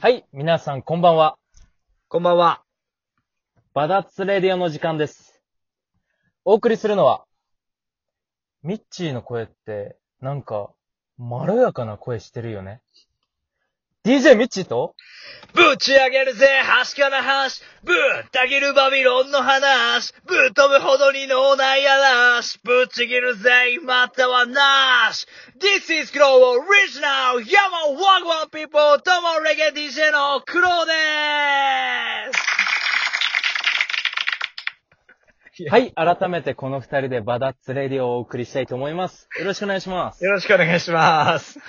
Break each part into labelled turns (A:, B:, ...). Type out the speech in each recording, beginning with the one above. A: はい、皆さんこんばんは。
B: こんばんは。
A: バダッツレディオの時間です。お送りするのは、ミッチーの声って、なんか、まろやかな声してるよね。DJ ミッチーと、
B: ぶち上げるぜ、端から端。ぶった切るバビロンの話。ぶっ飛ぶほどに脳内やらし。ぶっちぎるぜ、またはなし。This is Crow Original! ヤマワグワン people! どうもレゲエ DJ のクローでー
A: はい、改めてこの二人でバダッツレディオをお送りしたいと思います。よろしくお願いします
B: す。よろしくお願いします。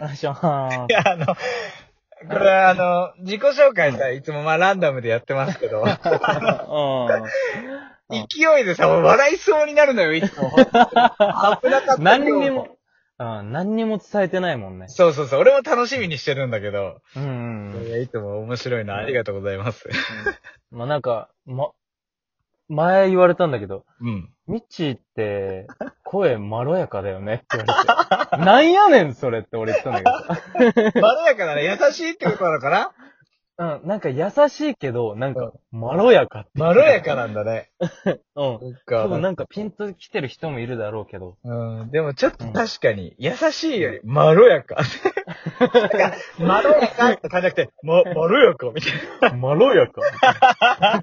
A: お願いしま
B: いや、あの、これはあの、自己紹介さ、いつもまあランダムでやってます けど。
A: す。
B: 勢いでさ、笑いそうになるのよ、い つも。危なかった。
A: うん。何に。も、うん、何にも伝えてないもんね。
B: そうそうそう、俺も楽しみにしてるんだけど。
A: うんうんうん
B: い。や、いつも面白いな、ありがとうございます。
A: まあ、なんか、ま、前言われたんだけど、
B: うん。
A: ミッチーって、声まろやかだよねって言われて。 なんやねん、それって俺言ったんだ
B: まろやかなね、優しいってことなのか
A: け
B: な
A: ど。うん、なんか優しいけど、なんか、まろやかって。
B: まろやかなんだね。
A: うん。
B: そっ
A: 多分な
B: か。
A: んかピンと来てる人もいるだろうけど。
B: うん、でもちょっと確かに、優しいより、まろやか。なんかまろやかって感じなくて、ま、まろやかみたい
A: まろやか
B: な。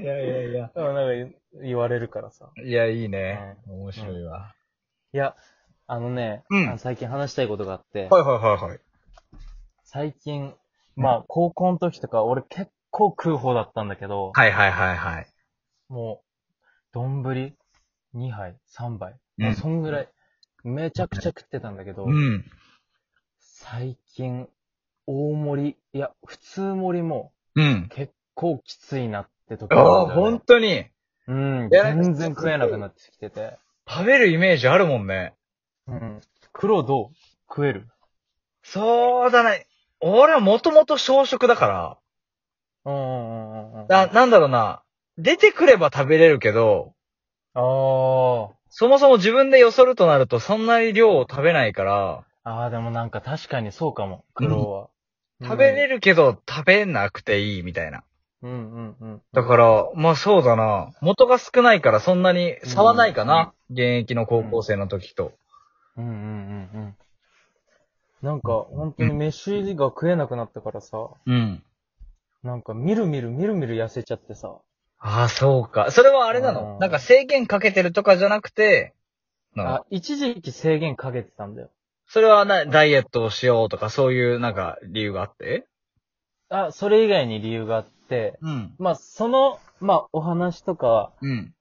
B: いやいやいや。
A: なんか言われるからさ。
B: いや、いいね。面白いわ。
A: いや、あのね、
B: うん
A: あの最近話したいことがあって、
B: いはいはいはい。
A: 最近、まあ、高校の時とか俺結構食う方だったんだけど、
B: はいはいはいはい。
A: もう、丼2杯、3杯。
B: うん
A: もうそんぐらい、めちゃくちゃ食ってたんだけど、
B: うん。
A: 最近、大盛り、いや、普通盛りも
B: うん。
A: 結構きついなって時
B: あ
A: な
B: あ、
A: んだよ
B: 本
A: ね
B: 当に。
A: うん、
B: いや
A: 全然食えなくなってきてて。
B: 食べるイメージあるもんね。
A: うん。黒どう食える
B: そうだね。俺はもともと小食だから。
A: うんうんうんうんうん。
B: な、
A: あ
B: なんだろうな。出てくれば食べれるけど、
A: あ。
B: そもそも自分でよそるとなるとそんなに量を食べないから、
A: ああ、でもなんか確かにそうかも、黒は。
B: 食べれ
A: る。
B: るけど食べなくていいみたいな。
A: うんうんうん。
B: だから、まあそうだな。元が少ないからそんなに差はないかな。現役の高校生の時と。
A: うんうんうんうん。なんか、本当に飯が食えなくなったからさ、
B: うん。
A: なんか、みるみるみるみる痩せちゃってさ。
B: ああ、そうか。それはあれな
A: う
B: の
A: ん
B: なんか制限かけてるとかじゃなくて、
A: あ、一時期制限かけてたんだよ。
B: それはな、ダイエットをしようとか、そういうなんか理由があって
A: あ、それ以外に理由があって、
B: うん。
A: まあ、その、まあ、お話とか、
B: うん。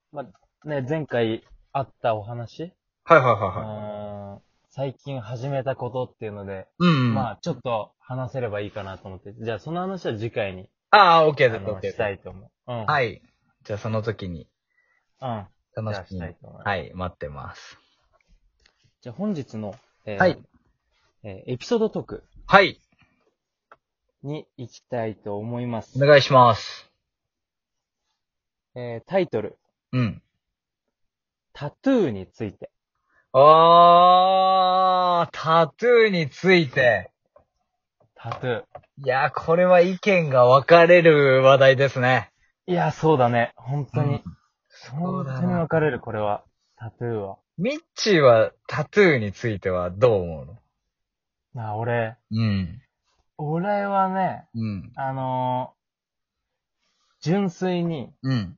A: ね、前回あったお話、
B: はいはいは
A: うーん最近始めたことっていうので、
B: いはい。うん。
A: ま
B: あ、
A: あ、ちょっと話せればいいかなと思って、じゃあその話は次回に、
B: ああ、OK
A: あ
B: です、
A: の
B: OK で
A: し
B: す。
A: たいと思う。うん。い。
B: はい。じゃあその時に、
A: うん。じゃあ
B: 楽し
A: し
B: み
A: た
B: に
A: い。と思います。
B: はい、待ってます。
A: じゃあ本日の、えー
B: はい
A: えーエピソードトーク
B: はい、
A: に行きたいと思います
B: お。願いします。
A: えータイトル、
B: うん。
A: タトゥーについて。
B: あー、タトゥーについて。
A: タトゥー。
B: いやー、これは意見が分かれる話題ですね。
A: いや、そうだね。本当
B: う
A: に
B: ん。
A: 本
B: うだな
A: 当に分かれる、これは。タトゥーは。
B: ミッチーはタトゥーについてはどう思うの
A: なあ、俺、
B: うん。
A: 俺はね、
B: うん。
A: あのー純粋に、
B: うん。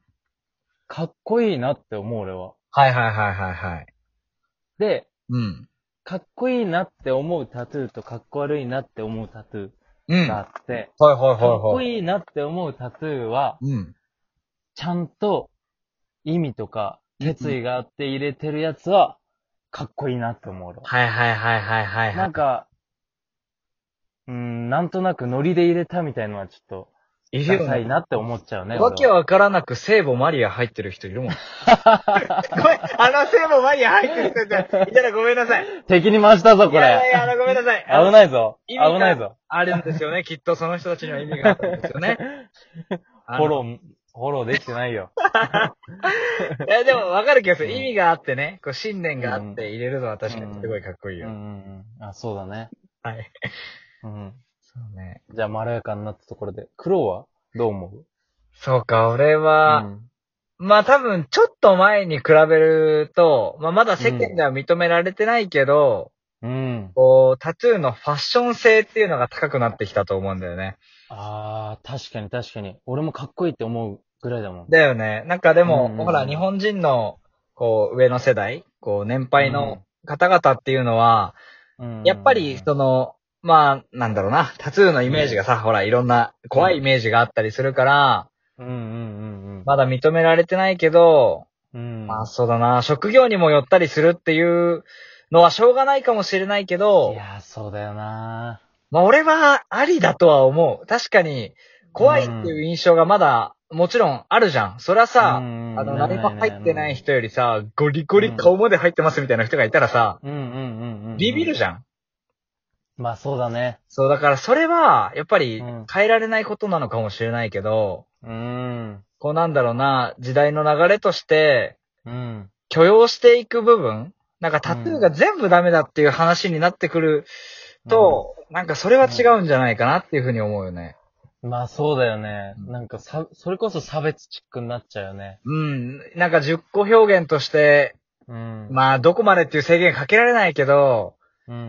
A: かっこいいなって思う、俺は。
B: はいはいはいはいはい。
A: で、
B: うん。
A: かっこいいなって思うタトゥーとかっこ悪いなって思うタトゥ
B: う
A: ー
B: ん。
A: があ
B: は
A: って、
B: いはいはいはい。
A: かっこいいなって思うタトゥーは、
B: うん。
A: ちゃんと意味とか決意があって入れてるやつは、かっこいいなって思う、俺は
B: はいはいはいはいはいは
A: ないん。か、うーん、なんとなくノリで入れたみたいのはちょっと、
B: いる
A: ダ
B: よ
A: サい
B: ね。
A: なって思っちゃうね。
B: わけ
A: 俺は
B: わからなく聖母マリア入ってる人いる もん。ごめん、あの聖母マリア入ってる人いたらごめんなさい。
A: 敵に回したぞ、こ
B: いやい
A: れ。
B: や、あのごめんなさい。
A: 危
B: い。
A: ないぞ。
B: 意
A: 危
B: 味が
A: ないぞ。
B: あるんですよね。きっとその人たちには意味があるんですよ ね。
A: フォロ
B: ー。
A: ー、フォローできてないよ。
B: いや、でもわかる気がする。
A: うん
B: 意味があってね。こう、信念があって入れるのは確かにすごいかっこいいうよ。
A: んうんうん。あ、そうだね。
B: はい。
A: うん。
B: そうね。
A: じゃあ、まろやかになったところで。黒はどう思う
B: そうか、俺は、
A: うん
B: まあ多分、ちょっと前に比べると、まあまだ世間では認められてないけど、
A: うん。
B: こう、タトゥーのファッション性っていうのが高くなってきたと思うんだよね。
A: ああ、確かに確かに。俺もかっこいいって思うぐらいだもん。
B: だよね。なんかでも、
A: うんうん
B: ほら、日本人の、こう、上の世代、こう、年配の方々っていうのは、
A: うん
B: やっぱり、その、まあ、なんだろうな、タトゥーのイメージがさ、ほら、いろんな怖いイメージがあったりするから、
A: うんうんうんうん。
B: まだ認められてないけど、
A: うん。
B: まあそうだな、職業にもよったりするっていうのはしょうがないかもしれないけど
A: い、やー、そうだよな
B: まあ俺はありだとは思う。確かに、怖いっていう印象がまだ、もちろんあるじゃん。そりゃさ、
A: あの
B: あの、何も入ってない。人よりさ、ゴリゴリ顔まで入ってますみたいな人がいたらさ、
A: うんうんうんうん。
B: ビビるじ
A: ゃ
B: ゃん。
A: ん。まあそうだね。
B: そう、だからそれは、やっぱり
A: うん
B: 変えられないことなのかもしれないけど、
A: うん。
B: こうなんだろうな、時代の流れとして、
A: うん。
B: 許容していく部分なんかタトゥーが全部ダメだっていう話になってくると、なんかそれは違うんじゃないかなっていうふうに思うよね。
A: まあそうだよね。
B: うん
A: なんかさ、それこそ差別チックになっちゃうよね。
B: うん。なんか10個表現として、
A: うん。
B: まあどこまでっていう制限かけられないけど、
A: うんうん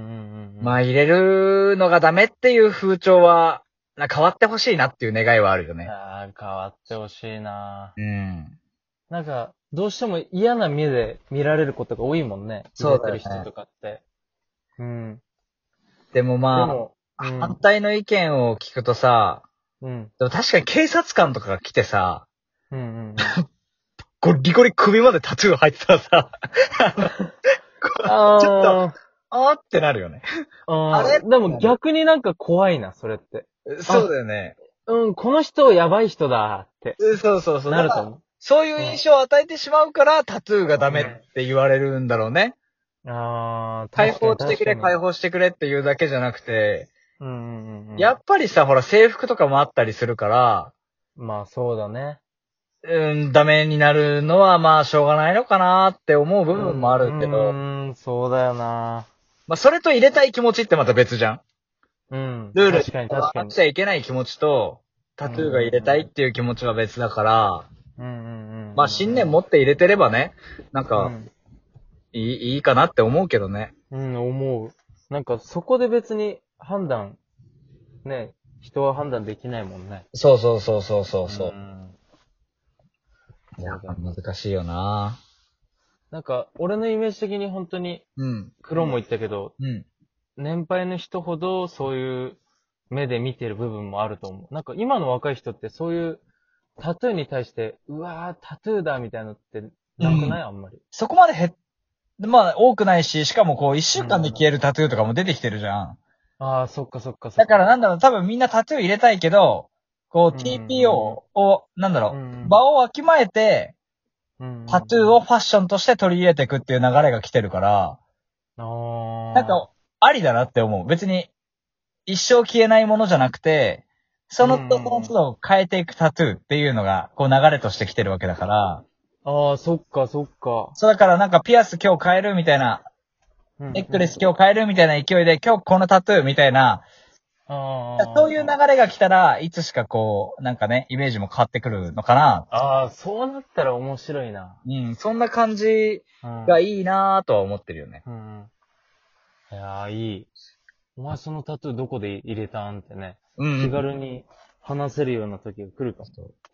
A: うん。
B: まあ入れるのがダメっていう風潮は、な変わってほしいなっていう願いはあるよね。
A: あー変わってほしいな
B: うん。
A: なんか、どうしても嫌な目で見られることが多いもんね。
B: そうだ
A: 入
B: よね
A: れてる人とかって。うん。で
B: でもま
A: も、
B: あ、
A: うん
B: 反対の意見を聞くとさ、
A: うん。
B: でも確かに警察官とかが来てさ、
A: うん うんうん。
B: ゴリゴリ首までタトゥー入ってたらさ、 ちょっと、あーってなるよね。
A: あ
B: あれ
A: れでも逆になんか怖いな、それって。
B: そうだよね。
A: うん、この人やばい人だって
B: うんそうそうそう。
A: なる
B: だ
A: と
B: から
A: 思
B: そういう印象を与えてしまうから、タトゥーがダメって言われるんだろうね。
A: う。ああ、
B: 解
A: 確か
B: 放
A: に
B: してくれ、
A: 確か
B: 解
A: に
B: 放してくれっていうだけじゃなくて、
A: うんうんうん。
B: やっ、ぱりさ、ほら、制服とかもあったりするから、
A: まあそうだね。
B: うん、ダメになるのは、まあ、しょうがないのかなって思う部分もあるけ
A: う
B: ど、
A: ーん、そうだよな
B: まあ、それと入れたい気持ちってまた別じゃん。
A: うん。
B: ルール
A: 確かに確か
B: あっ
A: に。
B: ちゃいけない気持ちと、タトゥーが入れたいっていう気持ちは別だから、
A: うんうんうん。
B: まあ、信念持って入れてればね、なん
A: う
B: か、
A: ん
B: いい、いいかなって思うけどね。
A: うん、思う。なんかそこで別に判断、ね、人は判断できないもんね。
B: そうそうそうそうそうそう。
A: ん
B: いや、難しいよな
A: なんか、俺のイメージ的に本当に、
B: うん。
A: 黒も言ったけど、
B: うん。
A: 年配の人ほどそういう目で見てる部分もあると思う。なんか今の若い人ってそういうタトゥーに対して、うわー、タトゥーだみたいなのってなくない、あんまり。
B: そこまで減っ、まあ、多くないし、しかもこう、一週間で消えるタトゥーとかも出てきてるじゃん。
A: ああ、そっかそっかそっか。
B: だからなんだろう、多分みんなタトゥー入れたいけど、こう、
A: うん
B: TPO を、なんだろ
A: うん
B: う、場をわきまえて、
A: うん
B: タトゥーをファッションとして取り入れていくっていう流れが来てるから、
A: あー
B: なんか、ありだなって思う。別に、一生消えないものじゃなくて、その都度その都度変えていくタトゥーっていうのが、こう流れとして来てるわけだから、
A: ああ、そっかそっか。
B: そうだからなんかピアス今日変えるみたいな、ネックレス今日変えるみたいな勢いで、今日このタトゥーみたいな、
A: うん。ああ。
B: そういう流れが来たら、いつしかこう、なんかね、イメージも変わってくるのかな。
A: ああ、そうなったら面白いな。
B: うん、そんな感じ
A: うん。
B: がいいなぁとは思ってるよね。
A: うんうん。いやー、いい。お前そのタトゥーどこで入れたんってね。
B: う
A: 気
B: ん。
A: 軽に話せるような時が来るかも。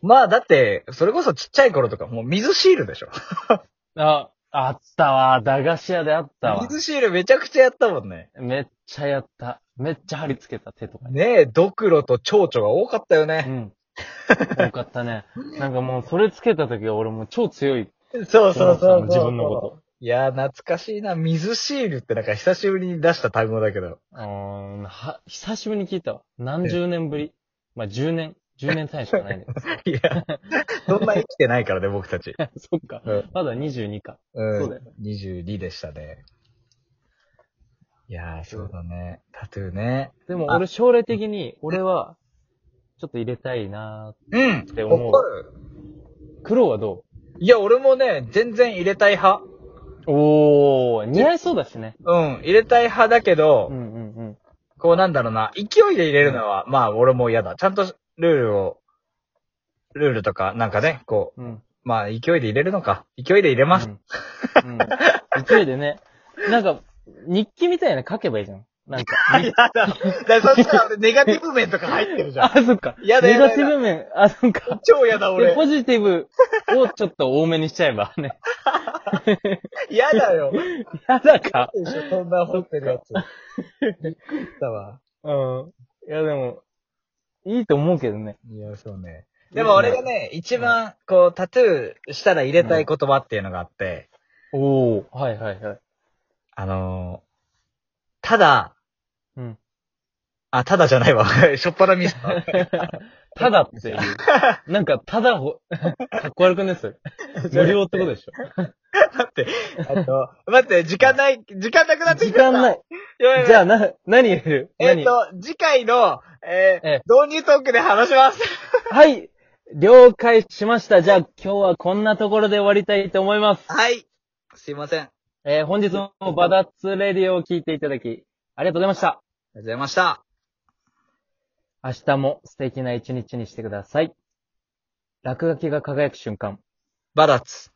B: まあだって、それこそちっちゃい頃とか、もう水シールでしょ。
A: あ、あったわ。駄菓子屋であったわ。
B: 水シールめちゃくちゃやったもんね。
A: めっちゃやった。めっちゃ貼り付けた手とかに。
B: ねえ、ドクロと蝶々が多かったよ
A: う
B: ね。
A: ん。よかったね。なんかもうそれつけた時は俺もう超強い。
B: そうそうそうそう。
A: 自分のこと。
B: いやー、懐かしいな。水シールってなんか久しぶりに出した単語だけど。
A: うーん、は、久しぶりに聞いたわ。何十年ぶり。まあ、10年、10年単位しか ないね。
B: いや、そんな生きてないからね、僕たち。
A: そっか。
B: うん
A: まだ22か。
B: うん。
A: そうだよね
B: 22でしたね。いやー、そうだね。タトゥーね。
A: でも俺将来的に、俺は、ちょっと入れたいな
B: うん
A: て思う
B: わかる。
A: ー黒はど
B: いや、俺もね、全然入れたい派。
A: うおー、似合いそうだしね。
B: うん、入れたい派だけど、
A: うんうんうん。
B: こうなんだろうな、勢いで入れるのは、まあ俺も嫌だ。ちゃんとルールを、ルールとか、なんかね、こ
A: うん。
B: う、まあ勢いで入れるのか。勢いで入れ
A: う
B: ます。
A: ん。うん。勢いでね。なんか、日記みたいなの書けばいいじゃん。なんか。
B: 嫌だ。だからそしたら俺ネガティブ面とか入ってるじゃん。
A: あ、そっか。
B: やだや
A: ネ
B: だ
A: ガティブ面、あ、そっか。
B: 超嫌だ
A: で、
B: 俺
A: ポ。ジティブをちょっと多めにしちゃえ ばね。
B: 嫌だよ。
A: やだか。
B: でしょそんな掘ってる やつ。びっくりしたわ。
A: うん。いや、でも、いいと思うけどね。
B: いや、そうね。でも俺がね、一番、こう、タトゥーしたら入れたい言葉っていうのがあって、
A: おおはいはいはい。
B: あのー、ただ、
A: うん。
B: あ、ただじゃないわ。 しょっぱなミス った。
A: ただってい う。なんか、ただほ、かっこ悪くねそれ。無料ってことで しょ。
B: 待って、あと、待って、時間ない、時間なくなって
A: 時
B: きた。。
A: 間ないい。じゃあ、な、何やる
B: えっ、
A: 何
B: と、次回の、えー
A: ええ
B: 導入トークで話します。
A: はい了解しました。じゃあ、今日はこんなところで終わりたいと思います。
B: はい。すいません。あり
A: えー本日もバダッツレディオを聞いていただき、ありがとうございました。
B: がとうございました。
A: 明日も素敵な一日にしてください。落書きが輝く瞬間。
B: バダツ。